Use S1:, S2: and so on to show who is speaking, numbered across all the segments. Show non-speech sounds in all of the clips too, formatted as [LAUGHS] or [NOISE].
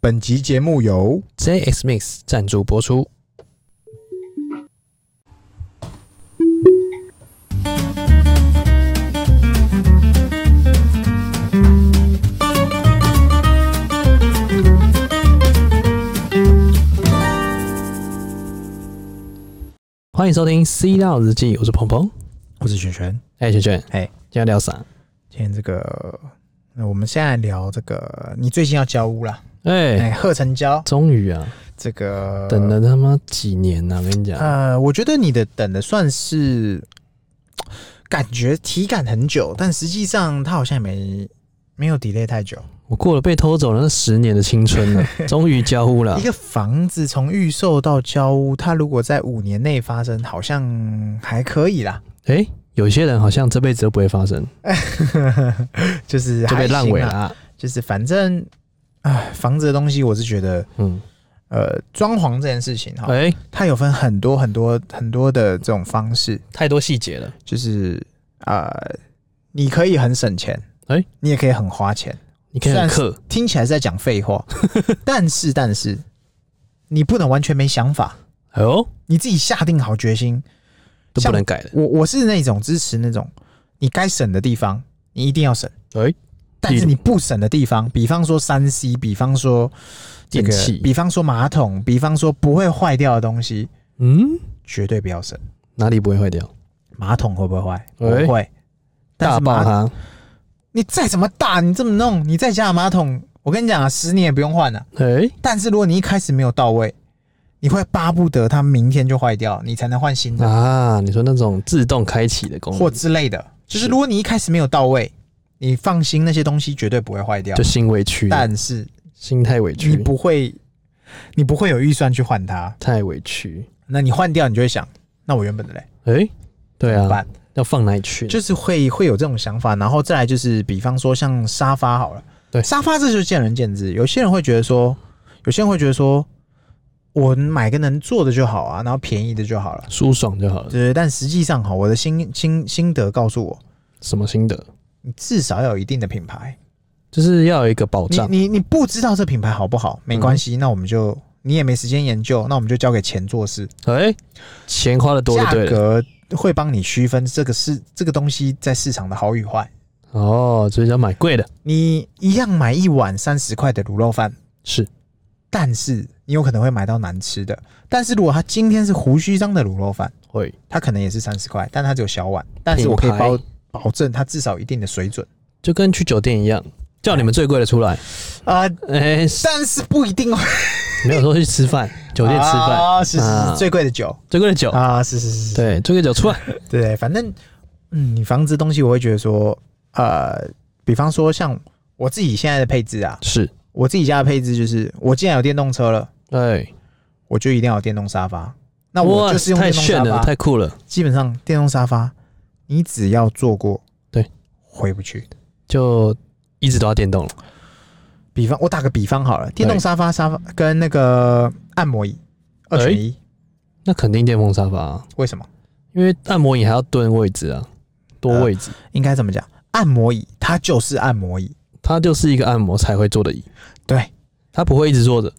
S1: 本集节目由
S2: JX Mix 赞助播出。欢迎收听《C 道日记》，我是鹏鹏。
S1: 我是璇璇。
S2: 哎，圈圈，
S1: 哎，
S2: 今天要聊啥？
S1: 今天这个，那我们现在聊这个，你最近要交屋啦？
S2: 哎，
S1: 哎，贺成交
S2: 终于啊，
S1: 这个
S2: 等了他妈几年呐、啊！我跟你讲，
S1: 呃，我觉得你的等的算是感觉体感很久，但实际上它好像也没没有 delay 太久。
S2: 我过了被偷走了那十年的青
S1: [LAUGHS]
S2: 春了，终于交屋了
S1: 一。个房子从预售到交屋，它如果在五年内发生，好像还可以啦，
S2: 哎、有些人好像这辈子都不会发生，
S1: 就是
S2: 就
S1: 还
S2: 被
S1: 行
S2: 烂尾了
S1: 啦。
S2: 啊。
S1: 就是反正，哎，房子的东西，我是觉得，
S2: 嗯，
S1: 呃，装潢这件事情哈，
S2: 哎、
S1: 它有分很多很多很多的这种方式，
S2: 太多细节了。
S1: 就是呃，你可以很省钱，
S2: 哎
S1: 你也可以很花钱。
S2: 你可以很克，
S1: 听起来是在讲废
S2: [LAUGHS]
S1: 话，但是但是你不能完全没想法，
S2: 哎呦，
S1: 你自己下定好决心。
S2: 都不能改的。
S1: 我我是那种支持那种你该省的地方，你一定要省。
S2: 哎、
S1: 但
S2: 例
S1: 是
S2: 如
S1: 你不省的地方，比方说三 C，比方说这个
S2: 电器
S1: 比方说马桶，比方说不会坏掉的东西，
S2: 嗯，
S1: 绝对不要省。
S2: 哪里不会坏掉？
S1: 马桶会不会坏？不
S2: 哎
S1: 会。但
S2: 大
S1: 是
S2: 爆
S1: 马
S2: 它。
S1: 你再怎么大，你这么弄，你在家的马桶，我跟你讲啊，十年也不用换了、
S2: 哎、
S1: 但是如果你一开始没有到位，你会巴不得它明天就坏掉，你才能换新的、
S2: 啊，你说那种自动开启的功
S1: 或
S2: 能，
S1: 之类的。就是如果你一开始没有到位，你放心，那些东西绝对不会坏掉
S2: 就。心委屈了，
S1: 但是
S2: 心太委
S1: 你
S2: 屈，
S1: 不会，你不会有预算去换它。
S2: 太委屈。
S1: 那你换掉，你就会想，那我原本的嘞，
S2: 哎、对
S1: 怎么
S2: 啊
S1: 办，？
S2: 要放哪里去？
S1: 就是会会有这种想法，然后再来就是，比方说像沙发好了，
S2: 对
S1: 沙发这就是见仁见智，有些人会觉得说，有些人会觉得说，我买个能坐的就好啊，然后便宜的就好了，
S2: 舒爽就好了。
S1: 对。但实际上哈，我的心心心得告诉我，
S2: 什么心得？
S1: 你至少要有一定的品牌，
S2: 就是要有一个保
S1: 你
S2: 障。
S1: 你你不知道这品牌好不
S2: 嗯
S1: 好，没关系，那我们就你也没时间研究，那我们就交给钱做事，
S2: 哎、钱花的多就
S1: 价
S2: 对了。
S1: 格会帮你区分这个是这个东西在市场的好与坏。
S2: 哦，所以要买贵的，
S1: 你一样买一碗三十块的卤肉饭，
S2: 是
S1: 但是你有可能会买到难吃的。但是如果他今天是胡须章的卤肉饭，
S2: 会
S1: 它可能也是三十块，但它只有小碗，但是我可以
S2: 品牌
S1: 保保证它至少有一定的水准
S2: 就跟去酒店一样，叫你们最贵的出来。
S1: 啊、
S2: 哎、
S1: 但是不一定会
S2: 没有说去吃
S1: [LAUGHS]
S2: 饭，酒店吃饭、
S1: 啊，是是是
S2: 啊
S1: 最贵的酒
S2: 最贵的酒，
S1: 啊，是是是是，
S2: 对，最贵的酒出来。
S1: 对反正嗯，你房子东西我会觉得说，呃，比方说像我自己现在的配置啊，
S2: 是，
S1: 我自己家的配置就是，我既然有电动车了，
S2: 哎，
S1: 我就一定要有电动沙发。那
S2: 哇
S1: 我就是用
S2: 太
S1: 电动
S2: 炫
S1: 沙
S2: 了，
S1: 发，
S2: 太酷了，
S1: 基本上电动沙发，你只要坐过，
S2: 对，
S1: 回不去。
S2: 就一直都要电动了。
S1: 比方，我打个比方好了，电动沙发沙发跟那个按摩椅二选一，
S2: 那肯定电风沙发、啊，
S1: 为什么？
S2: 因为按摩椅还要蹲位置啊，多位置，
S1: 应该怎么讲？按摩椅它就是按摩椅，
S2: 它就是一个按摩才会坐的椅，
S1: 对。
S2: 它不会一直坐着，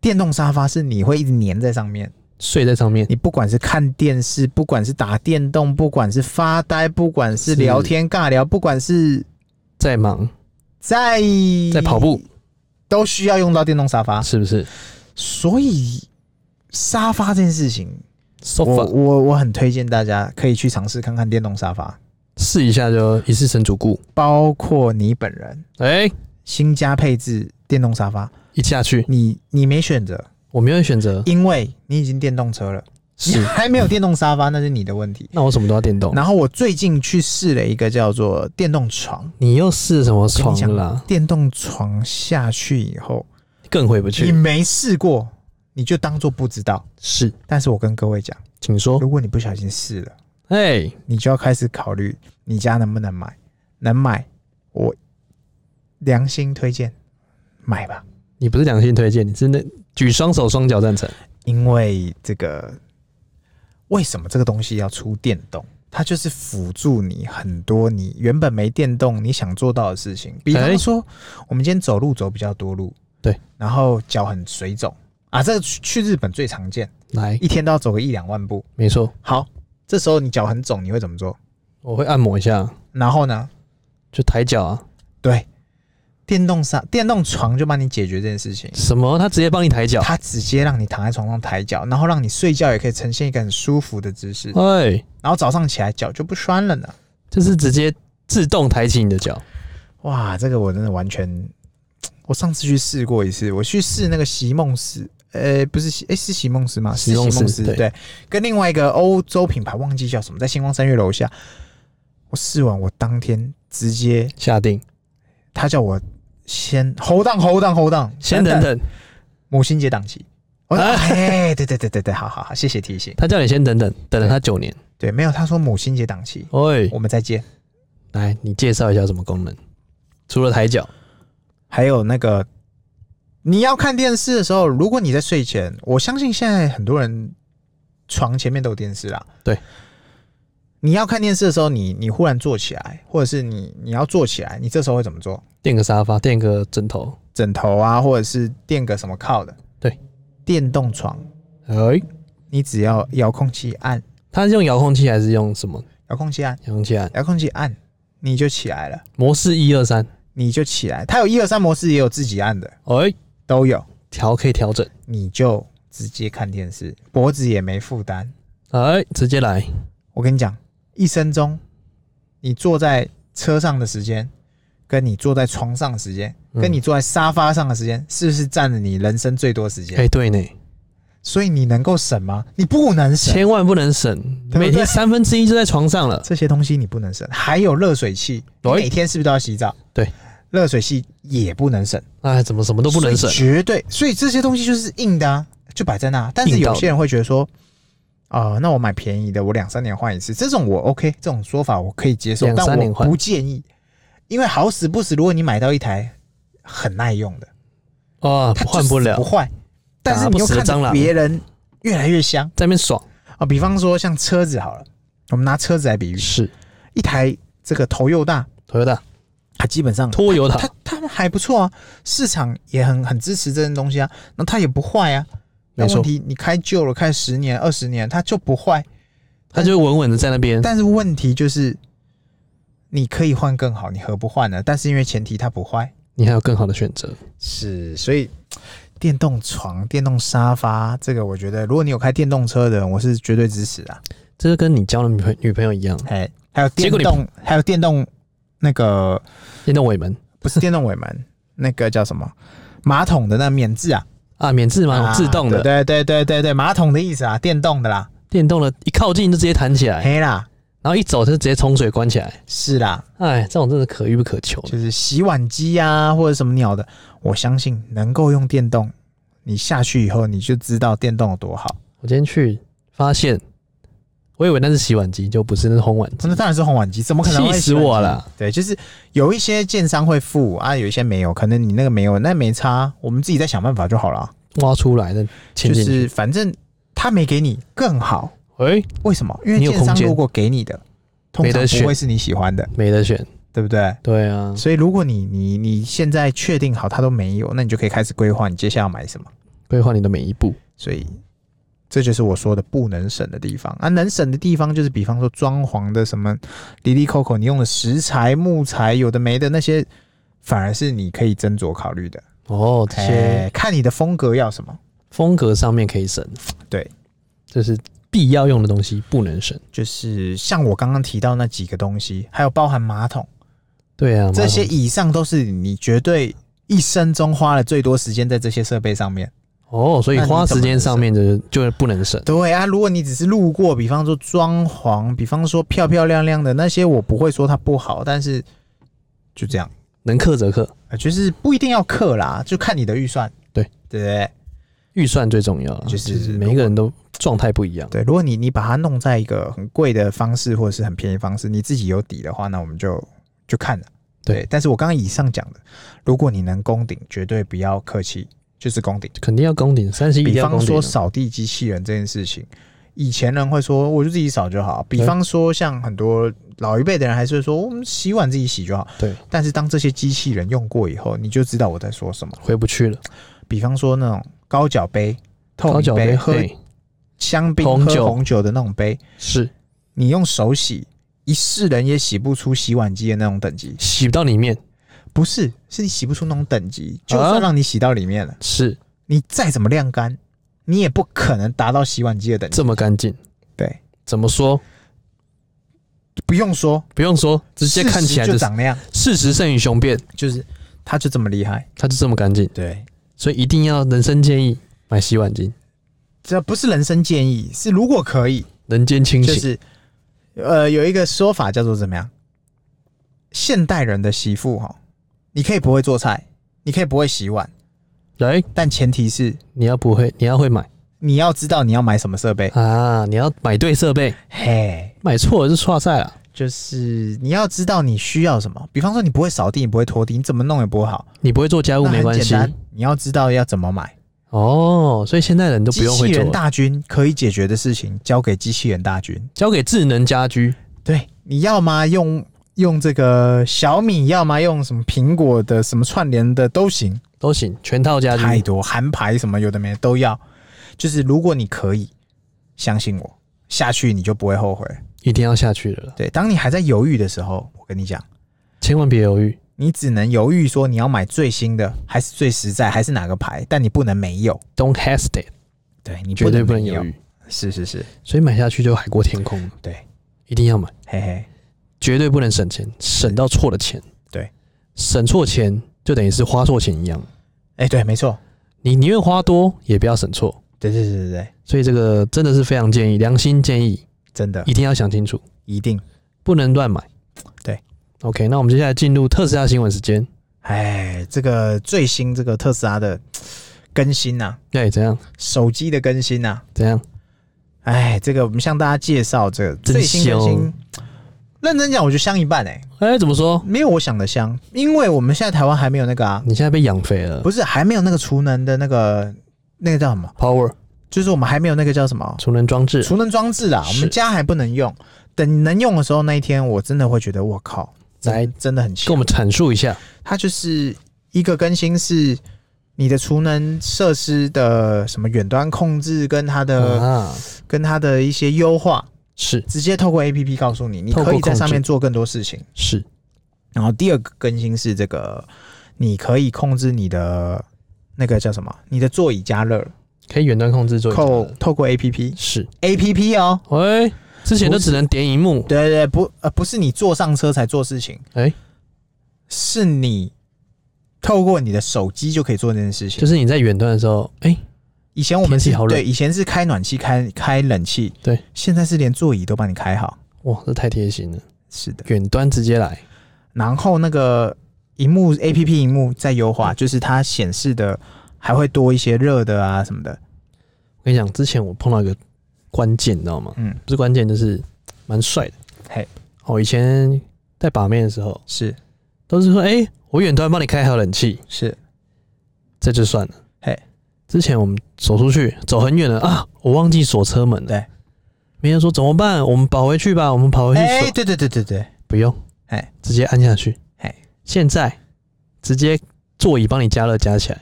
S1: 电动沙发是你会一直粘在上面，
S2: 睡在上面。
S1: 你不管是看电视，不管是打电动，不管是发呆，不管是聊天尬聊，不管是
S2: 在忙，
S1: 在
S2: 在跑步，
S1: 都需要用到电动沙发。
S2: 是不是
S1: 所以沙发这件事情，我
S2: ？sofa
S1: 我我很推荐大家可以去尝试看看电动沙发，
S2: 试一下就一次成主顾。
S1: 包括你本人
S2: 哎、
S1: 新家配置电动沙发，
S2: 一下去，
S1: 你你没选择，
S2: 我没有选择，
S1: 因为你已经电动车了，你
S2: 是，哦
S1: 还没有电动沙发，那是你的问题。
S2: 那我什么都要电动。
S1: 然后我最近去试了一个叫做电动床，
S2: 你又试什
S1: 跟
S2: 么床
S1: 你讲
S2: 啦？
S1: 电动床下去以后，
S2: 更回不
S1: 你
S2: 去。
S1: 没试过，你就当做不知道。
S2: 是，
S1: 但是我跟各位讲，
S2: 请说。
S1: 如果你不小心试了，
S2: 哎、
S1: 你就要开始考虑你家能不能买，能买，我良心推荐买吧，
S2: 你不是良心推荐，你是那举双手双脚赞成。
S1: 因为这个为什么这个东西要出电动？它就是辅助你很多你原本没电动你想做到的事情，比方
S2: 哎
S1: 说我们今天走路走比较多路，
S2: 对，
S1: 然后脚很水肿啊，这个去去日本最常见，
S2: 来，
S1: 一天都要走个一两万步。
S2: 没错，
S1: 好，这时候你脚很肿，你会怎么做？
S2: 我会按摩一下，
S1: 然后呢？
S2: 就抬脚啊。
S1: 对，电动沙电动床就帮你解决这件事情，
S2: 什么？他直接帮你抬脚？
S1: 它直接让你躺在床上抬脚，然后让你睡觉也可以呈现一个很舒服的姿势，
S2: 哎，
S1: 然后早上起来脚就不酸了呢。
S2: 这是直接自动抬起你的脚。
S1: 哇，这个我真的完全，我上次去试过一次，我去试那个席梦思，呃，不是席，哎、是席梦思吗？
S2: 席
S1: 是席
S2: 梦思
S1: 梦思，
S2: 对
S1: 对，跟另外一个欧洲品牌忘记叫什么，在星光三月楼下，我试完，我当天直接
S2: 下定，
S1: 他叫我先 hold on hold on hold on，
S2: 先等等，
S1: 母亲节档期。我说，
S2: 啊
S1: 哎，对对对对对，好好好，谢谢提醒。
S2: 他叫你先等等，等了他九年。
S1: 对，没有，他说母亲节档期，
S2: 哎，
S1: 我们再见。
S2: 来，你介绍一下什么功能？除了抬脚，
S1: 还有那个，你要看电视的时候，如果你在睡前，我相信现在很多人床前面都有电视啦。
S2: 对，
S1: 你要看电视的时候，你你忽然坐起来，或者是你你要坐起来，你这时候会怎么做？
S2: 垫个沙发，垫个枕头。
S1: 枕头啊，或者是垫个什么靠的？
S2: 对，
S1: 电动床，
S2: 哎，
S1: 你只要遥控器按，
S2: 他是用遥控器还是用什么
S1: 遥控器按，
S2: 遥控器按？
S1: 遥控器按，你就起来了，
S2: 模式一二三，
S1: 你就起来。它有一二三模式，也有自己按的，
S2: 哎，
S1: 都有。
S2: 调可以调整，
S1: 你就直接看电视，脖子也没负担。
S2: 哎，直接来，
S1: 我跟你讲，一生中，你坐在车上的时间，跟你坐在床上的时间，
S2: 嗯
S1: 跟你坐在沙发上的时间，是不是占了你人生最多时间？
S2: 哎，对呢，
S1: 所以你能够省吗？你不能省
S2: 千万不能省，
S1: 对
S2: 每天三分之一就在床上了。
S1: 这些东西，你不能省。还有热水器，你
S2: 哎
S1: 每天是不是都要洗澡？
S2: 对，
S1: 热水器也不能省，
S2: 哎，怎么什么都不能
S1: 所
S2: 省
S1: 以？绝对。所以这些东西就是硬的、啊，就摆在那。但是
S2: 硬道
S1: 有
S2: 理
S1: 些人会觉得说。啊、那我买便宜的，我两三年换一次，这种我 OK，这种说法我可以接受，
S2: 两三
S1: 但
S2: 年
S1: 我
S2: 换
S1: 不建议，因为好死不死，如果你买到一台很耐用的，
S2: 哦，
S1: 它
S2: 换不
S1: 就是
S2: 了
S1: 不，坏，但是
S2: 打
S1: 你
S2: 不
S1: 又
S2: 死的
S1: 看
S2: 蟑
S1: 着
S2: 螂
S1: 别人越来越香
S2: 在那边爽
S1: 啊、比方说像车子好了，我们拿车子来比喻，
S2: 是
S1: 一台这个头又大，
S2: Toyota
S1: 它基本上
S2: 拖油塔
S1: 它，它们还不错啊，市场也很很支持这件东西啊，那它也不坏啊。那
S2: 没错
S1: 问题你开旧了，开十年、二十年，它就不坏。
S2: 它就稳稳的在那边。
S1: 但是问题就是，你可以换更好，你何不换呢？但是因为前提它不坏，
S2: 你还有更好的选择，
S1: 是所以电动床、电动沙发这个，我觉得如果你有开电动车的人，我是绝对支持啊。
S2: 这就跟你交了女朋女朋友一样，
S1: 哎，还有电
S2: 结果你
S1: 动，还有电动那个
S2: 电动尾门
S1: 不是电动尾门， [LAUGHS] 那个叫什么马桶的那免治啊。
S2: 啊，免治嘛，
S1: 啊
S2: 自动的，
S1: 对对对对对，马桶的意思啊，电动的啦，
S2: 电动的，一靠近就直接弹起来，
S1: 黑啦，
S2: 然后一走就直接冲水关起来。
S1: 是啦，
S2: 哎，这种真的可遇不可求。
S1: 就是洗碗机啊或者什么鸟的，我相信能够用电动，你下去以后你就知道电动有多好。
S2: 我今天去发现，我以为那是洗碗机，就不是那是烘碗机
S1: 那。当然是烘碗机，怎么可能会
S2: 气死
S1: 洗碗机
S2: 我了！
S1: 对，就是有一些建商会付啊，有一些没有，可能你那个没有，那没差，我们自己再想办法就好了啊。
S2: 挖出来的，
S1: 就
S2: 前进去。
S1: 是反正他没给你更好，
S2: 喂，
S1: 为什么？因为
S2: 你有
S1: 建
S2: 空
S1: 商
S2: 间
S1: 如果给你的，通
S2: 没
S1: 常
S2: 得选
S1: 不会是你喜欢的，
S2: 没得选。
S1: 对不对？
S2: 对啊，
S1: 所以如果你你你现在确定好它都没有，那你就可以开始规划你接下来要买什么。
S2: 规划你的每一步。
S1: 所以这就是我说的不能省的地方啊，能省的地方就是比方说装潢的什么里里扣扣，你用的食材、木材有的没的那些，反而是你可以斟酌考虑的。
S2: 哦，这
S1: 哎
S2: 些
S1: 看你的风格要什么，
S2: 风格上面可以省，
S1: 对，
S2: 就是必要用的东西不能省。
S1: 就是像我刚刚提到那几个东西，还有包含马桶，
S2: 对啊，
S1: 这
S2: 马
S1: 些
S2: 桶
S1: 以上都是你绝对一生中花了最多时间在这些设备上面。
S2: 哦，所以
S1: 那你
S2: 花
S1: 怎么
S2: 时间
S1: 能
S2: 上
S1: 省
S2: 面就是就是不能省。
S1: 对啊，如果你只是路过，比方说装潢，比方说漂漂亮亮的那些，我不会说它不好，但是就这样，
S2: 能克则克，
S1: 呃就是不一定要克啦，就看你的预算。
S2: 对
S1: 对不对
S2: 预算最重要啊。
S1: 就是
S2: 就是每一个人都状态不一样，
S1: 对，如果你你把它弄在一个很贵的方式，或者是很便宜的方式，你自己有底的话，那我们就就看了。
S2: 对
S1: 但是我刚刚以上讲的，如果你能攻顶，绝对不要客气，就是攻顶。
S2: 肯定要攻顶，三十一定
S1: 比
S2: 要攻
S1: 方
S2: 顶
S1: 说
S2: 啊。
S1: 扫地机器人这件事情，以前人会说，我就自己扫就好。比方说，像很多老一辈的人还是会说，我们洗碗自己洗就好。
S2: 对，
S1: 但是当这些机器人用过以后，你就知道我在说什么。
S2: 回不去了。
S1: 比方说那种高脚杯、透
S2: 高
S1: 明
S2: 脚杯
S1: 杯、喝
S2: 嘿
S1: 香槟、
S2: 红酒
S1: 喝红酒的那种杯，
S2: 是
S1: 你用手洗，一世人也洗不出洗碗机的那种等级。
S2: 洗不到里面，
S1: 不是，是你洗不出那种等级。就
S2: 啊
S1: 算让你洗到里面了，
S2: 是
S1: 你再怎么晾干，你也不可能达到洗碗机的等级。
S2: 这么干净。
S1: 对，
S2: 怎么说？
S1: 不用说，
S2: 不用说，直接看起
S1: 事实
S2: 来就
S1: 就是长那样，
S2: 事实胜于雄辩，
S1: 就是它就这么厉害。
S2: 它就这么干净，
S1: 对，
S2: 所以一定要人生建议买洗碗巾，
S1: 这不是人生建议，是如果可以，
S2: 人间清
S1: 就
S2: 醒。
S1: 是呃有一个说法叫做怎么样？现代人的媳妇哈，你可以不会做菜，你可以不会洗碗，
S2: 来，
S1: 但前提是
S2: 哎你要不会，你要会买
S1: 你要知道你要买什么设备。
S2: 啊，你要买对设备，
S1: 嘿，
S2: 买错了就错赛了。
S1: 就是你要知道你需要什么。比方说你不会扫地，你不会拖地，你怎么弄也不会好。
S2: 你不会做家务
S1: 那
S2: 哎没
S1: 很
S2: 关
S1: 简
S2: 系
S1: 单，你要知道要怎么买。
S2: 哦，所以现代人都不
S1: 机
S2: 用
S1: 器
S2: 会做
S1: 人
S2: 了，
S1: 大军可以解决的事情，交给机器人大军。
S2: 交给智能家居，
S1: 对，你要吗？用用这个小米，要吗？用什么苹果的什么串联的都行，
S2: 都行，全套家
S1: 太
S2: 居。
S1: 多韩牌什么有的没的都要。就是如果你可以，相信我，下去你就不会后悔。
S2: 一定要下去了啦，
S1: 对，当你还在犹豫的时候，我跟你讲。
S2: 千万别犹豫。
S1: 你只能犹豫说你要买最新的，还是最实在，还是哪个牌，但你不能没有。
S2: Don't hesitate，
S1: 对你
S2: 绝对不能
S1: 没
S2: 犹豫。
S1: 是是是，
S2: 所以买下去就海阔天空了。
S1: 对，
S2: 一定要买，
S1: 嘿嘿，
S2: 绝对不能省钱，省到错了钱。
S1: 对，
S2: 省错钱就等于是花错钱一样，
S1: 哎、对，没错，
S2: 你宁愿花多也不要省错。
S1: 对对对对对，
S2: 所以这个真的是非常建议，良心建议，
S1: 真的
S2: 一定要想清楚，
S1: 一定。
S2: 不能乱买。
S1: 对
S2: ，OK，那我们接下来进入特斯拉新闻时间。
S1: 哎，这个最新这个特斯拉的更新呐、
S2: 对，哎怎样
S1: 手机的更新呐、
S2: 怎样？
S1: 哎，这个我们向大家介绍这个
S2: 真
S1: 最新更
S2: 香
S1: 新。认真讲，我觉得香一半哎、
S2: 哎、怎么说？
S1: 没有我想的香，因为我们现在台湾还没有那个啊，
S2: 你现在被养肥了
S1: 不是还没有那个储能的那个那个叫什么？
S2: ？Power
S1: 就是我们还没有那个叫什么
S2: 储能装置
S1: 储能装置啊啦，我
S2: 是
S1: 们家还不能用。等能用的时候，那一天我真的会觉得，我靠，真
S2: 来
S1: 真的很
S2: 跟我
S1: 强。
S2: 们阐述一下。
S1: 它就是一个更新是你的储能设施的什么远端控制，跟它的、
S2: 啊，
S1: 跟它的一些优化，
S2: 是
S1: 直接透过 A P P 告诉你，你
S2: 透过
S1: 可以在上
S2: 控
S1: 面
S2: 制
S1: 做更多事情。
S2: 是，
S1: 然后第二个更新是这个，你可以控制你的那个叫什么，你的座椅加热，
S2: 可以远端控制座椅加热
S1: 透透过 A P P
S2: 是，
S1: A P P 哦，
S2: 喂，之前都
S1: 不是
S2: 只能点荧幕，
S1: 对对对，不呃不是你坐上车才做事情，
S2: 哎、
S1: 是你透过你的手机就可以做这件事情。
S2: 就是你在远端的时候，哎、
S1: 以前我们
S2: 天
S1: 是
S2: 气好冷
S1: 对，以前是开暖气、开开冷气，
S2: 对，
S1: 现在是连座椅都帮你开好。
S2: 哇，这太贴心了，
S1: 是的，
S2: 远端直接来，
S1: 然后那个荧幕 A P P 荧幕再优化，就是它显示的还会多一些热的啊什么的。
S2: 我跟你讲，之前我碰到一个关键，你知道吗？
S1: 嗯，
S2: 不是关键，就是蛮帅的，
S1: 嘿，
S2: 哦，以前在把妹的时候，
S1: 是
S2: 都是说，哎、我远端帮你开好冷气，
S1: 是，
S2: 这就算了，
S1: 嘿，
S2: 之前我们走出去，走很远了啊，我忘记锁车门了，
S1: 对，
S2: 没人说怎么办，我们跑回去吧，我们跑回去锁，
S1: 哎、对对对对对，
S2: 不用，
S1: 哎，
S2: 直接按下去，
S1: 哎，
S2: 现在直接座椅帮你加热加起来，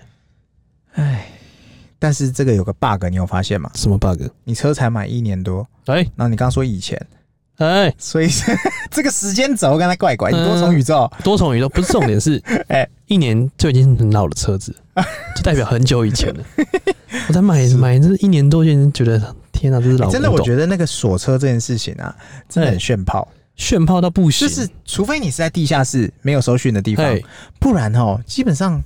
S1: 哎，但是这个有个 bug，你有发现吗？
S2: 什么 bug？
S1: 你车才买一年多，
S2: 哎
S1: 然后你刚说以前，
S2: 哎，
S1: 所以 [LAUGHS] 这个时间轴跟他怪怪，你多重
S2: 嗯
S1: 宇宙。，
S2: 多重宇宙不是重点是
S1: [LAUGHS] 哎
S2: 一年就已经很老的车子，就代表很久以前了。 [LAUGHS] 我才买买这一年多就已经觉得天啊哪、这是老古董、
S1: 哎真的，我觉得那个锁车这件事情啊，真的很
S2: 哎
S1: 炫炮。
S2: 炫炮到不行，
S1: 就是除非你是在地下室没有搜寻的地方
S2: 哎，
S1: 不然哦，基本上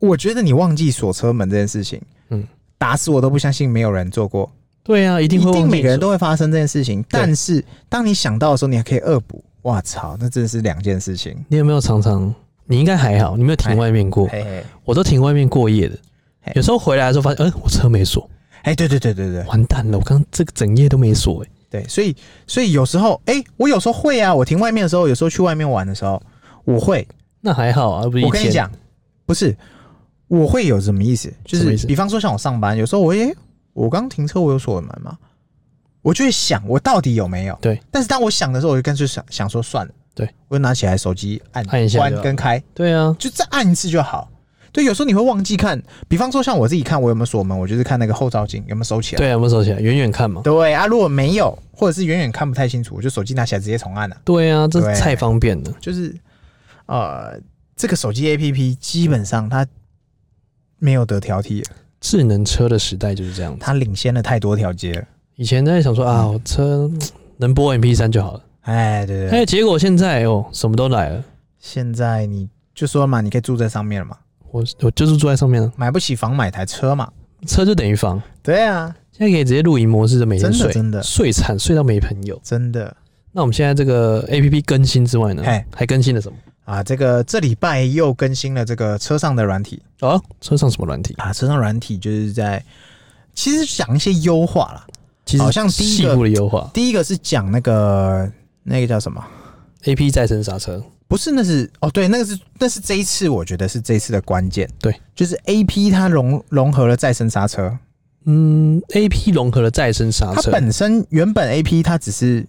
S1: 我觉得你忘记锁车门这件事情，
S2: 嗯
S1: 嗯，打死我都不相信没有人做过，
S2: 对啊，一
S1: 一
S2: 定会忘记
S1: 每个人
S2: 锁
S1: 都会发生这件事情。但是当你想到的时候，你还可以恶补。哇操，那真的是两件事情。
S2: 你有没有常常？你应该还好，你没有停外面过，
S1: 嘿嘿，
S2: 我都停外面过夜的
S1: 哎。
S2: 有时候回来的时候发现，嗯、我车没锁，
S1: 哎，对对对对对
S2: 完蛋了！我刚这个整夜都没锁、哎，
S1: 对，所以所以有时候，哎，我有时候会啊，我停外面的时候，有时候去外面玩的时候，我会
S2: 那还好啊，不是一
S1: 我跟你
S2: 天
S1: 讲，不是，我会有什么意思？就
S2: 什么
S1: 是
S2: 意思
S1: 比方说像我上班，有时候我也，我刚停车，我有锁门嘛，我就会想我到底有没有。
S2: 对，
S1: 但是当我想的时候，我就干脆想想说算了，
S2: 对
S1: 我就拿起来手机按
S2: 按一下
S1: 关
S2: 就好
S1: 跟开，
S2: 对啊，
S1: 就再按一次就好。对，有时候你会忘记看，比方说像我自己看我有没有锁门，我就是看那个后照镜有没有收起来。
S2: 对啊，我们手起来远远看嘛。
S1: 对啊，如果没有，或者是远远看不太清楚，我就手机拿起来直接重按了、
S2: 对啊，这
S1: 对
S2: 太方便了。
S1: 就是呃，这个手机 APP 基本上它没有得挑剔了，
S2: 智能车的时代就是这样子。
S1: 它领先了太多条街了。
S2: 以前在想说
S1: 嗯
S2: 啊，我车能播 MP 三就好了。
S1: 哎，对对对，
S2: 哎，结果现在哦，什么都来了。
S1: 现在你就说嘛，你可以住在上面了嘛，
S2: 我我就是住在上面了，啊
S1: 买不起房买台车嘛。
S2: 车就等于房。
S1: 对啊，
S2: 现在可以直接露营模式，就每天
S1: 真的
S2: 睡，
S1: 真的
S2: 睡惨睡到没朋友。
S1: 真的
S2: 那我们现在这个 A P P 更新之外呢
S1: 嘿，
S2: 还更新了什么？
S1: 啊，这个这礼拜又更新了这个车上的软体
S2: 哦，车上什么软体？
S1: 啊，车上软体就是在其实讲一些优化啦。
S2: 其实
S1: 好像第一
S2: 细
S1: 个
S2: 部的优化
S1: 第一个是讲那个那个叫什么？
S2: ，A P 再生刹车，
S1: 不是，那是哦，对，那个是那是这一次，我觉得是这一次的关键。
S2: 对，
S1: 就是 A P 它融融合了再生刹车，
S2: 嗯，A P 融合了再生刹
S1: 它
S2: 车，
S1: 本身原本 A P 它只是，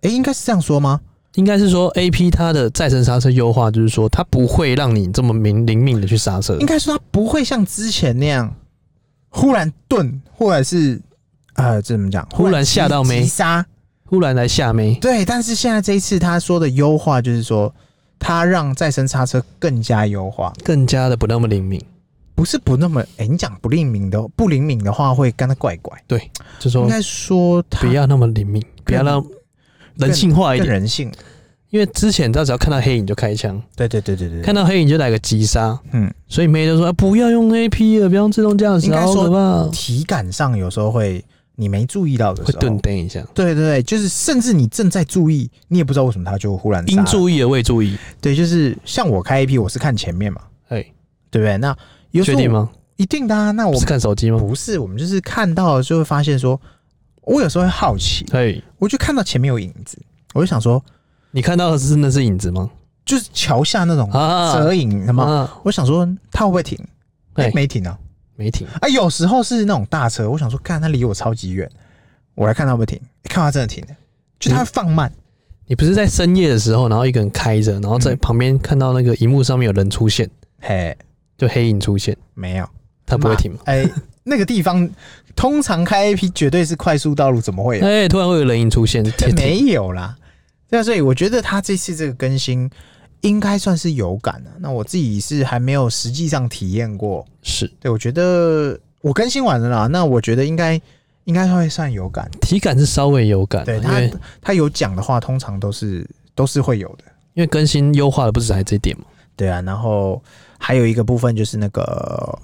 S1: 诶，应该是这样说吗？
S2: 应该是说 A P 它的再生刹车优化，就是说它不会让你这么明灵敏的去刹车
S1: 应，该说它不会像之前那样忽然顿，或者是呃，这怎么讲？
S2: 忽然
S1: 急
S2: 吓到没
S1: 急刹。
S2: 忽然来下眉，
S1: 对，但是现在这一次他说的优化就是说，它让再生刹车更加优化，
S2: 更加的不那么灵敏，
S1: 不是不那么诶，你讲不灵敏的不灵敏的话会跟它怪怪。
S2: 就
S1: 应
S2: 说
S1: 该说它
S2: 不要那么灵敏，不要让人性化一
S1: 更
S2: 点。
S1: 人性。
S2: 因为之前他只要看到黑影就开枪，
S1: 对对对对对，
S2: 看到黑影就来个急刹，
S1: 嗯，
S2: 所以妹就说、啊、不要用 A P 了，不要用自动驾驶，啊
S1: 应该
S2: 好
S1: 说
S2: 可怕，
S1: 体感上有时候会你没注意到的
S2: 会
S1: 时候，
S2: 顿蹬一下。
S1: 对对对，就是甚至你正在注意，你也不知道为什么它就忽然刹
S2: 应
S1: 了
S2: 注意而未注意，
S1: 对，就是像我开 A P，我是看前面嘛，
S2: 哎，
S1: 对不对？那有时
S2: 确
S1: 候
S2: 定吗？
S1: 一定的啊。那
S2: 不
S1: 我
S2: 是看手机吗？
S1: 不是，我们就是看到就会发现说，我有时候会好奇，
S2: 哎，
S1: 我就看到前面有影子，我就想说，
S2: 你看到的是那是影子吗？
S1: 就是桥下那种
S2: 啊，
S1: 折影什么，
S2: 啊，
S1: 我想说它会不会停？哎
S2: 哎，
S1: 没停啊。
S2: 没停，
S1: 啊，有时候是那种大车，我想说，看它离我超级远，我来看它会不会停，欸看它真的停了，就它会放慢，
S2: 你不是在深夜的时候，然后一个人开着，然后在旁边看到那个荧幕上面有人出现，
S1: 嘿，
S2: 就黑影出现，
S1: 没有，
S2: 嗯他不会停吗？
S1: 哎、那个地方通常开 A P 绝对是快速道路，怎么会有？
S2: 哎，突然会有人影出现，贴
S1: 没有啦，对啊，所以我觉得它这次这个更新应该算是有感的、那我自己是还没有实际上体验过，
S2: 是
S1: 对我觉得我更新完了啦，那我觉得应该应该会算有感，
S2: 体感是稍微有感，啊
S1: 对
S2: 因
S1: 它
S2: 为
S1: 它有讲的话，通常都是都是会有的。
S2: 因为更新优化的不只还这一点嘛，
S1: 对啊，然后还有一个部分就是那个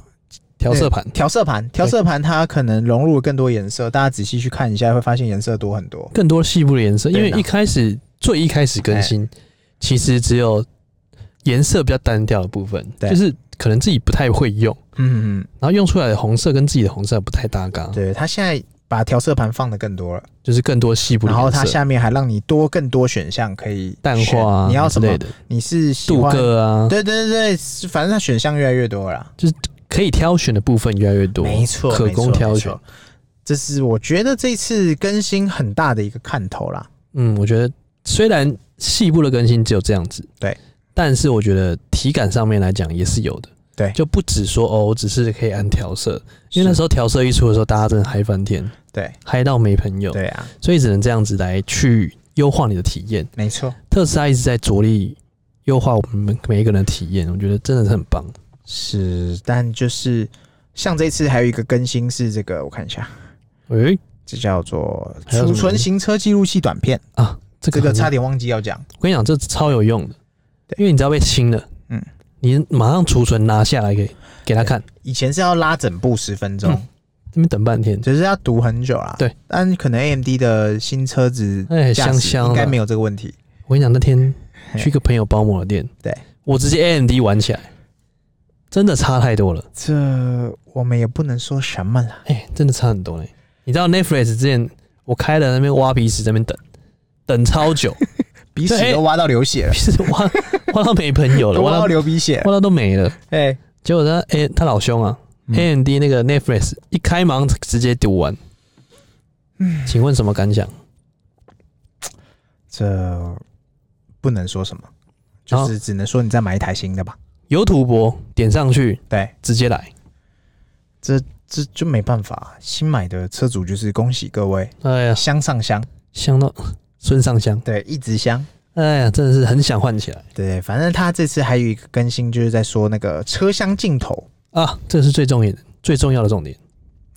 S2: 调色盘
S1: 调色盘，调色盘它可能融入了更多颜色，大家仔细去看一下会发现颜色多很多。
S2: 更多细部的颜色，因
S1: 对哎
S2: 为
S1: 啦
S2: 一开始最一开始更新，其实只有颜色比较单调的部分，
S1: 对
S2: 就是可能自己不太会用。
S1: 嗯，嗯
S2: 然后用出来的红色跟自己的红色不太搭嘎
S1: 嗯，对，它现在把调色盘放的更多了，
S2: 就是更多细部的
S1: 然
S2: 颜色，
S1: 后它下面还让你多更多选项可以
S2: 淡
S1: 选
S2: 化啊
S1: 你要
S2: 之
S1: 什么
S2: 类？的，
S1: 你是喜
S2: 镀
S1: 欢？
S2: 铬啊，
S1: 对对对对，反正它选项越来越多了啦，
S2: 可以挑选的部分越来越多，
S1: 没错，
S2: 可
S1: 没错
S2: 供挑。
S1: 没
S2: 选
S1: 错。这是我觉得这次更新很大的一个看头啦。
S2: 嗯，我觉得虽然细部的更新只有这样子，
S1: 对，
S2: 但是我觉得体感上面来讲也是有的，
S1: 对
S2: 就不只说哦，我只是可以按调色，因为那
S1: 是
S2: 时候调色一出的时候，大家真的嗨翻天，
S1: 对
S2: 嗨到没朋友，
S1: 对啊，
S2: 所以只能这样子来去优化你的体验。
S1: 没错。
S2: 特斯拉一直在着力优化我们每一个人的体验，我觉得真的是很棒。
S1: 是，但就是像这次还有一个更新是这个，我看一下，
S2: 诶、
S1: 这叫做
S2: 还有什
S1: 储
S2: 么
S1: 存行车记录器短片，
S2: 啊，这
S1: 这
S2: 个 [LAUGHS]
S1: 个
S2: 很
S1: 差点忘记要讲。
S2: 我跟你讲，这超有用的，
S1: 对
S2: 因为你只要被清了，
S1: 嗯
S2: 嗯，你马上储存拿下来给给他看，
S1: 以前是要拉整部十分钟，
S2: 嗯这边等半天，
S1: 只是要读很久啦。
S2: 对，
S1: 但可能 AMD 的新车子
S2: 哎，
S1: 驾
S2: 香
S1: 驶
S2: 香
S1: 应该
S2: 的
S1: 没。有这个问题。
S2: 我跟你讲，那天
S1: 嘿
S2: 去一个朋友保姆的店，
S1: 对
S2: 我直接 AMD 玩起来，真的差太多了，
S1: 这我们也不能说什么啦。
S2: 哎、真的差很多嘞、你知道 Netflix 之前我开了那边挖鼻屎，这边等等超
S1: [LAUGHS]
S2: 久，
S1: 鼻屎
S2: 对
S1: 都挖到流血了
S2: 鼻，屎挖挖到没朋友了，
S1: 都
S2: 挖
S1: 挖
S2: 到
S1: 到流鼻血。
S2: 挖到都没了。
S1: 哎，
S2: 结果他哎、他老兄啊、
S1: 嗯
S2: a m d 那个 Netflix 一开盲直接读完，
S1: 嗯
S2: 请问什么感想？
S1: 这不能说什么，就是只能说你再买一台新的吧。
S2: 有土博点上去，
S1: 对，
S2: 直接来。
S1: 这就没办法，啊新买的车主就是恭喜各位，
S2: 哎呀，
S1: 香上香，
S2: 香到孙尚香，
S1: 对，一直香。
S2: 哎呀，真的是很想换起来
S1: 对，反正他这次还有一个更新，就是在说那个车厢镜头。
S2: 啊！这是最重要的、最重要的重点，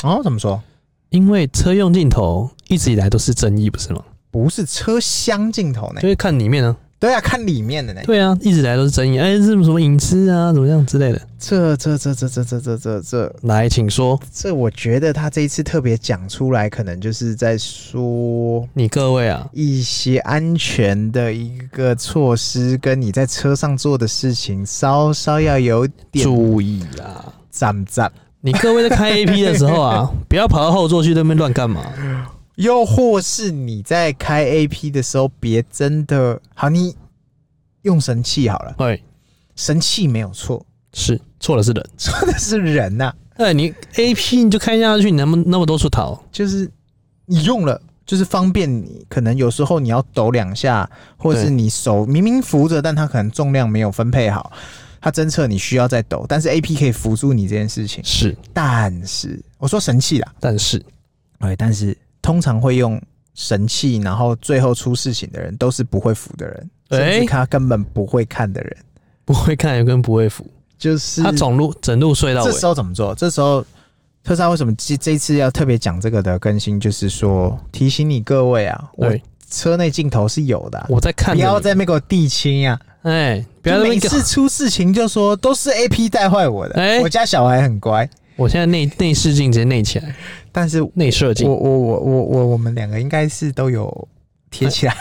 S1: 哦，怎么说？
S2: 因为车用镜头一直以来都是争议，不是吗？
S1: 不是车厢镜头呢
S2: 就？会看里面呢、
S1: 对啊，看里面的呢
S2: 啊，。对啊，一直以来都是争议，哎，是什么隐私啊，怎么样之类的。
S1: 这这这这这这这这这
S2: 来，请说，
S1: 这，我觉得他这一次特别讲出来，可能就是在说
S2: 你各位啊，
S1: 一些安全的一个措施，跟你在车上做的事情稍稍要有点
S2: 注意啦！
S1: 站站，
S2: 啊你各位在开 A P 的时候
S1: [LAUGHS]
S2: 啊，不要跑到后座去那边乱干嘛。
S1: 又或是你在开 AP 的时候，别真的好，你用神器好了，
S2: 哎，
S1: 神器没有错， [LAUGHS]
S2: 是错了是人。
S1: 错的是人呐、
S2: 哎，你 A P 你就开下去，你那么那么多处逃，
S1: 就是你用了。就是方便你，可能有时候你要抖两下，或者是
S2: 对
S1: 你手明明扶着，但它可能重量没有分配好，它侦测你需要再抖，但是 A P 可以扶住你这件事情。
S2: 是，
S1: 但是我说神器啦，
S2: 但是
S1: 哎，但是通常会用神器，然后最后出事情的人都是不会扶的人，甚
S2: 哎
S1: 至他根本不会看的人，
S2: 不会看跟不会扶，
S1: 就是
S2: 他总路整路睡到
S1: 这
S2: 尾。
S1: 时候怎么做？这时候特斯拉为什么这这一次要特别讲这个的更新，就是说提醒你各位啊，我
S2: 对，
S1: 车内镜头是有的啊、
S2: 我在看
S1: 不
S2: 着你，
S1: 要在那边给我地亲呀、
S2: 哎，不
S1: 不
S2: 要在那
S1: 每
S2: 边给我
S1: 次出事情就说都是 A P 带坏我的。
S2: 哎
S1: 我家小孩很乖，
S2: 我现在内内视镜直接内起来，
S1: 但是
S2: 内射镜
S1: 我我我我我我们两个应该是都有贴起
S2: [LAUGHS]
S1: 来，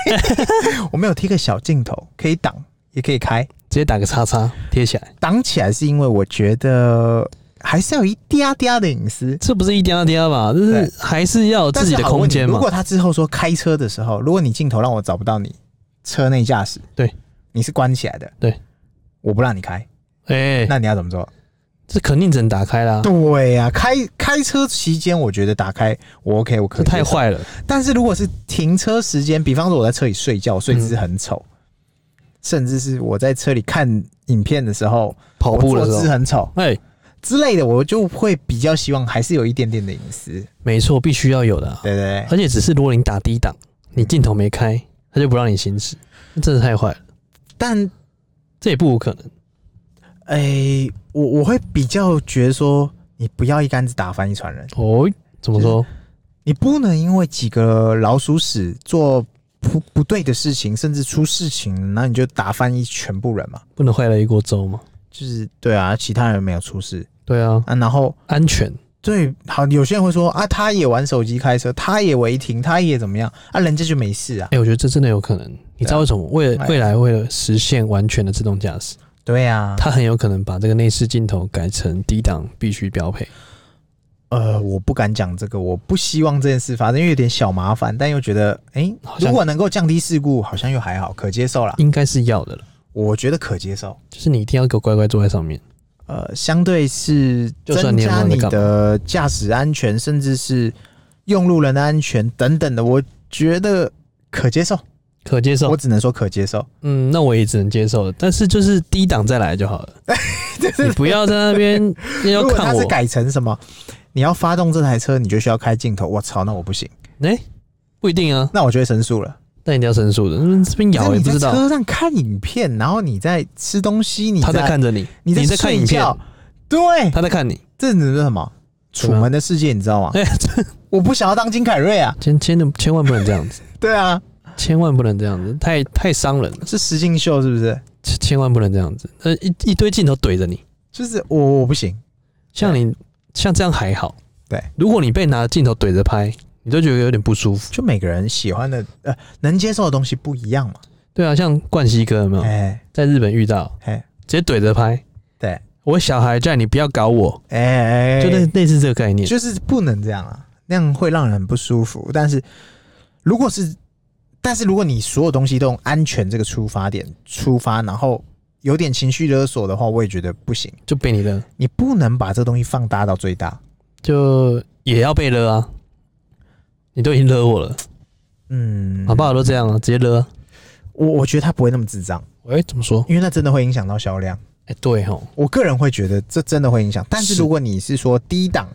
S1: 我们有贴个小镜头，可以挡也可以开。
S2: 直接打个叉叉贴起来，
S1: 挡起来是因为我觉得还是要有一嗲嗲的隐私。
S2: 这不是一嗲嗲吧？就是还是要有自己的
S1: 但是好
S2: 空
S1: 问题
S2: 间
S1: 如
S2: 嘛。
S1: 果他之后说开车的时候，如果你镜头让我找不到你车内驾驶，
S2: 对，
S1: 你是关起来的，
S2: 对，
S1: 我不让你开，
S2: 哎，
S1: 那你要怎么做？
S2: 这肯定只能打开啦，
S1: 对呀、开开车期间，我觉得打开我 OK，我可
S2: 这
S1: 以
S2: 太
S1: 接受
S2: 坏了。
S1: 但是如果是停车时间，比方说我在车里睡觉，睡姿很丑，甚至是我在车里看影片的时候，
S2: 跑步的
S1: 我
S2: 时
S1: 坐姿
S2: 候，
S1: 很丑
S2: 哎，
S1: 之类的，我就会比较希望还是有一点点的隐私，
S2: 没错，必须要有的啊。
S1: 对对对，
S2: 而且只是如果你打低档，你镜头没开，他就不让你行驶，那真的太坏了。
S1: 但
S2: 这也不无可能。
S1: 哎、我我会比较觉得说，你不要一竿子打翻一船人，
S2: 哦，怎么说？
S1: 你不能因为几个老鼠屎做不不对的事情，甚至出事情，那你就打翻一全部人嘛。
S2: 不能坏了一锅粥吗？
S1: 就是对啊，其他人没有出事
S2: 对啊，
S1: 啊，然后
S2: 安全
S1: 对，好，有些人会说啊，他也玩手机开车，他也违停，他也怎么样啊，人家就没事啊
S2: 哎、。我觉得这真的有可能。你知道为什么？为
S1: 哎
S2: 了未来为了实现完全的自动驾驶，
S1: 对啊，
S2: 它很有可能把这个内饰镜头改成低档必须标配。
S1: 呃，我不敢讲这个，我不希望这件事发生，因为有点小麻烦，但又觉得，哎、
S2: 好像
S1: 如果能够降低事故，好像又还好，可接受啦。
S2: 应该是要的了，
S1: 我觉得可接受。
S2: 就是你一定要给我乖乖坐在上面。
S1: 呃，相对是
S2: 就算
S1: 增
S2: 你有
S1: 加
S2: 那
S1: 你
S2: 个
S1: 的驾驶安全，甚至是用路人的安全等等的，我觉得可接受。
S2: 可接受
S1: 我，只能说可接
S2: [LAUGHS]
S1: 受。
S2: 嗯，那我也只能接受了。但是就是低档再来就好了，你不要在
S1: [LAUGHS]
S2: 那边要
S1: 如果它
S2: 看我
S1: 是。改成什么，你要发动这台车，你就需要开镜头。我操，那我不行，
S2: 哎、不一定啊，
S1: 那我就会申诉了。
S2: 那一定要申诉的。嗯，这边咬
S1: 那
S2: 也
S1: 你
S2: 不
S1: 在
S2: 知道，
S1: 车上看影片，然后你在吃东西，你
S2: 他在看着你，
S1: 你
S2: 在看
S1: 睡
S2: 影片，
S1: 觉，对，
S2: 他在看你。
S1: 这只是什么？
S2: 怎
S1: 楚
S2: 么样
S1: 门的世界，你知道吗？
S2: 哎、这
S1: 我不想要当金凯瑞啊！
S2: 千千的千万不能这样子，
S1: 对啊，
S2: 千万不能这样子，太太伤人了，
S1: 是石敬秀是不是？
S2: 千千万不能这样子。呃，一一堆镜头怼着你，
S1: 就是我我不行，
S2: 像你像这样还好，
S1: 对。
S2: 如果你被拿镜头怼着拍，你都觉得有点不舒服。
S1: 就每个人喜欢的呃能接受的东西不一样嘛。
S2: 对啊，像冠希哥有没有
S1: 哎
S2: 在日本遇到，
S1: 哎
S2: 直接怼着拍。
S1: 对，
S2: 我小孩叫你不要搞我，
S1: 哎哎，
S2: 就类类似这个概念。
S1: 就是不能这样啊，那样会让人很不舒服。但是如果是，但是如果你所有东西都用安全这个出发点出发，然后有点情绪勒索的话，我也觉得不行。
S2: 就被你的
S1: 你不能把这东西放大到最大。
S2: 就也要被勒啊，你都已经惹我了，
S1: 嗯，
S2: 好不好？都这样了，直接惹啊。
S1: 我我觉得他不会哎那么智障，
S2: 喂、怎么说？
S1: 因为那真的会影响到销量。
S2: 哎、对吼，
S1: 我个人会觉得这真的会影响。但是
S2: 是
S1: 如果你是说低档，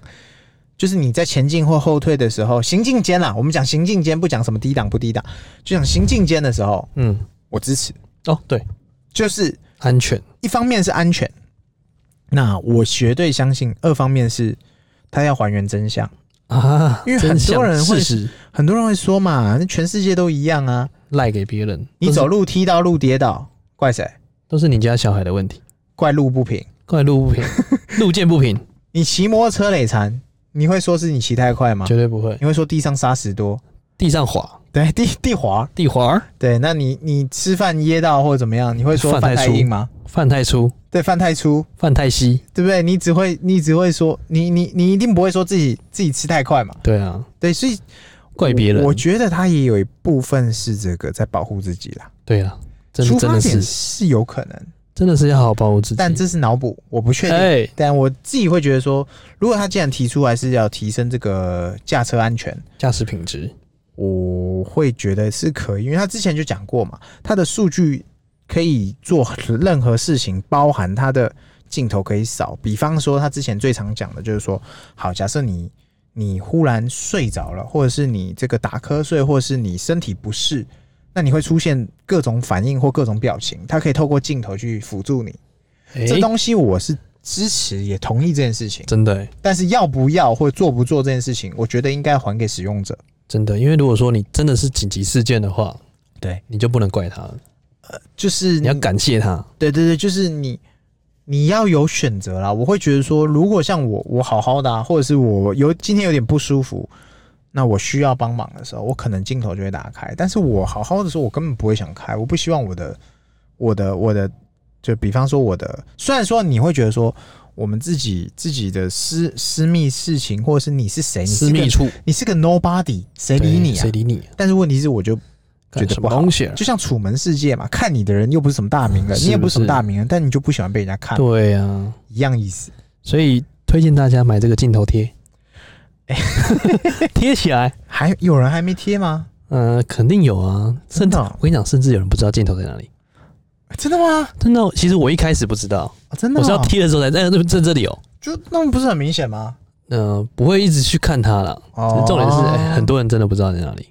S1: 就是你在前进或后退的时候，行进间啦，我们讲行进间，不讲什么低档不低档，就讲行进间的时候，
S2: 嗯，
S1: 我支持。
S2: 哦，对，
S1: 就是
S2: 安全，
S1: 一方面是安全，那我绝对相信；二方面是他要还原真相。
S2: 啊，
S1: 因为很
S2: 真相
S1: 多人会
S2: 事实
S1: 很多人会说嘛，那全世界都一样啊，
S2: 赖给别人，
S1: 你
S2: 都是
S1: 走路踢到路跌倒，怪谁？
S2: 都是你家小孩的问题，
S1: 怪路不平。
S2: 怪路不平， [LAUGHS] 路见不平，
S1: [LAUGHS] 你骑摩托车累残，你会说是你骑太快吗
S2: 绝？对不会，
S1: 你会说地上沙石多？
S2: 地上滑，
S1: 对，地地滑。
S2: 地滑儿，
S1: 对，那你你吃饭噎到或者怎么样，你会说
S2: 饭
S1: 饭
S2: 太
S1: 太
S2: 粗
S1: 硬吗？
S2: 饭太粗，
S1: 对，饭太粗，
S2: 饭太稀，
S1: 对不对？你只会你只会说你你你一定不会说自己自己吃太快嘛？
S2: 对啊，
S1: 对，所以
S2: 怪别人
S1: 我，我觉得他也有一部分是这个在保护自己啦，
S2: 对啊，真的
S1: 出
S2: 真
S1: 发
S2: 的
S1: 点
S2: 是
S1: 是有可能，
S2: 真的是要好好保护自己，
S1: 但这是脑补，我不确定。
S2: 哎、
S1: 但我自己会觉得说，如果他既然提出来是要提升这个驾车安全，
S2: 驾驶品质，
S1: 我会觉得是可以，因为他之前就讲过嘛，他的数据可以做任何事情，包含他的镜头可以扫。比方说，他之前最常讲的就是说，好，假设你你忽然睡着了，或者是你这个打瞌睡，或者是你身体不适，那你会出现各种反应或各种表情，他可以透过镜头去辅助你。
S2: 哎、
S1: 这东西我是支持，也同意这件事情，
S2: 真的、欸、
S1: 但是要不要或做不做这件事情，我觉得应该还给使用者。
S2: 真的，因为如果说你真的是紧急事件的话，
S1: 对，
S2: 你就不能怪他了，
S1: 就是
S2: 你要感谢他，
S1: 对对对，就是你你要有选择啦。我会觉得说，如果像我我好好的、啊，或者是我有今天有点不舒服，那我需要帮忙的时候，我可能镜头就会打开。但是我好好的时候，我根本不会想开。我不希望我的我的我的，就比方说我的，虽然说你会觉得说。我们自己自己的私私密事情，或者是你是谁，你
S2: 私
S1: 是个
S2: 密处
S1: 你是个 nobody，谁
S2: 谁
S1: 理你啊
S2: 谁？理你、啊？
S1: 但是问题是，我就觉
S2: 干
S1: 得
S2: 什
S1: 不
S2: 么
S1: 好
S2: 东西啊？
S1: 就像楚门世界嘛，看你的人又不是什么大名人，
S2: 是
S1: 你也不是什么
S2: 不是
S1: 大名人，但你就不喜欢被人家看，
S2: 对啊，
S1: 一样意思。
S2: 所以推荐大家买这个镜头贴，
S1: 哎
S2: [LAUGHS] 贴起来。
S1: 还有人还没贴吗？
S2: 呃，肯定有啊，
S1: 真
S2: 甚至
S1: 的哦
S2: 我跟你讲，甚至有人不知道镜头在哪里。
S1: 真的吗？
S2: 真的哦，其实我一开始不知道，
S1: 啊真的、
S2: 我
S1: 吗？
S2: 是要贴的时候才在在在这里哦。
S1: 就那不是很明显吗？
S2: 呃，不会一直去看它了。
S1: 哦
S2: 重点是、哎很多人真的不知道在哪里。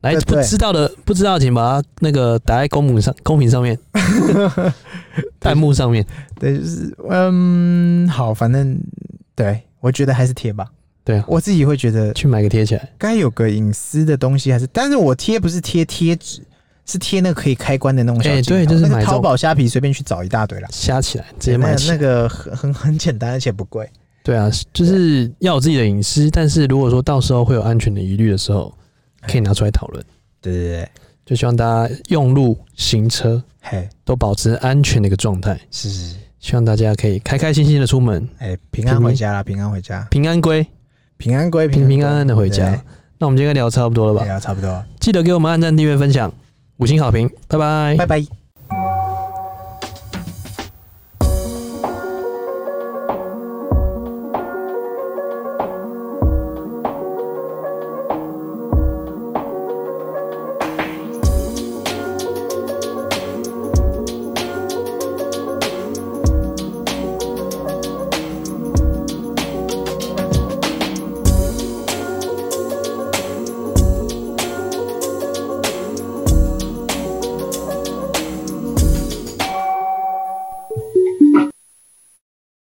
S2: 来，
S1: 对
S2: 不
S1: 对
S2: 知道的不知道，请把它那个打在公屏上，公屏
S1: [LAUGHS]
S2: 上面，弹幕上面。
S1: 对，就是嗯，好，反正对我觉得还是贴吧。
S2: 对啊，
S1: 我自己会觉得
S2: 去买个贴起来。
S1: 该有个隐私的东西，还是，但是我贴不是贴贴纸，是贴那个可以开关的那种小镜
S2: 哎
S1: 头，
S2: 对就是
S1: 那
S2: 买
S1: 个
S2: 这种
S1: 淘宝虾皮随便去找一大堆啦，
S2: 瞎起来，直接买起
S1: 那
S2: 来。
S1: 哎那个很很很简单，而且不贵。
S2: 对啊，就是要有自己的隐私，但是如果说到时候会有安全的疑虑的时候，
S1: 哎
S2: 可以拿出来讨论。
S1: 对对对，
S2: 就希望大家用路、行车
S1: 嘿，
S2: 都保持安全的一个状态，
S1: 是是是。
S2: 希望大家可以开开心心的出门，
S1: 哎、平安回家啦，平安回家，
S2: 平安归，
S1: 平安归，
S2: 平平
S1: 归
S2: 安安的回家。那我哎们今天应该聊得差不多了
S1: 对，
S2: 吧？
S1: 聊差不多了，
S2: 记得给我们按赞、订阅、分享、五星好评，拜拜
S1: 拜拜。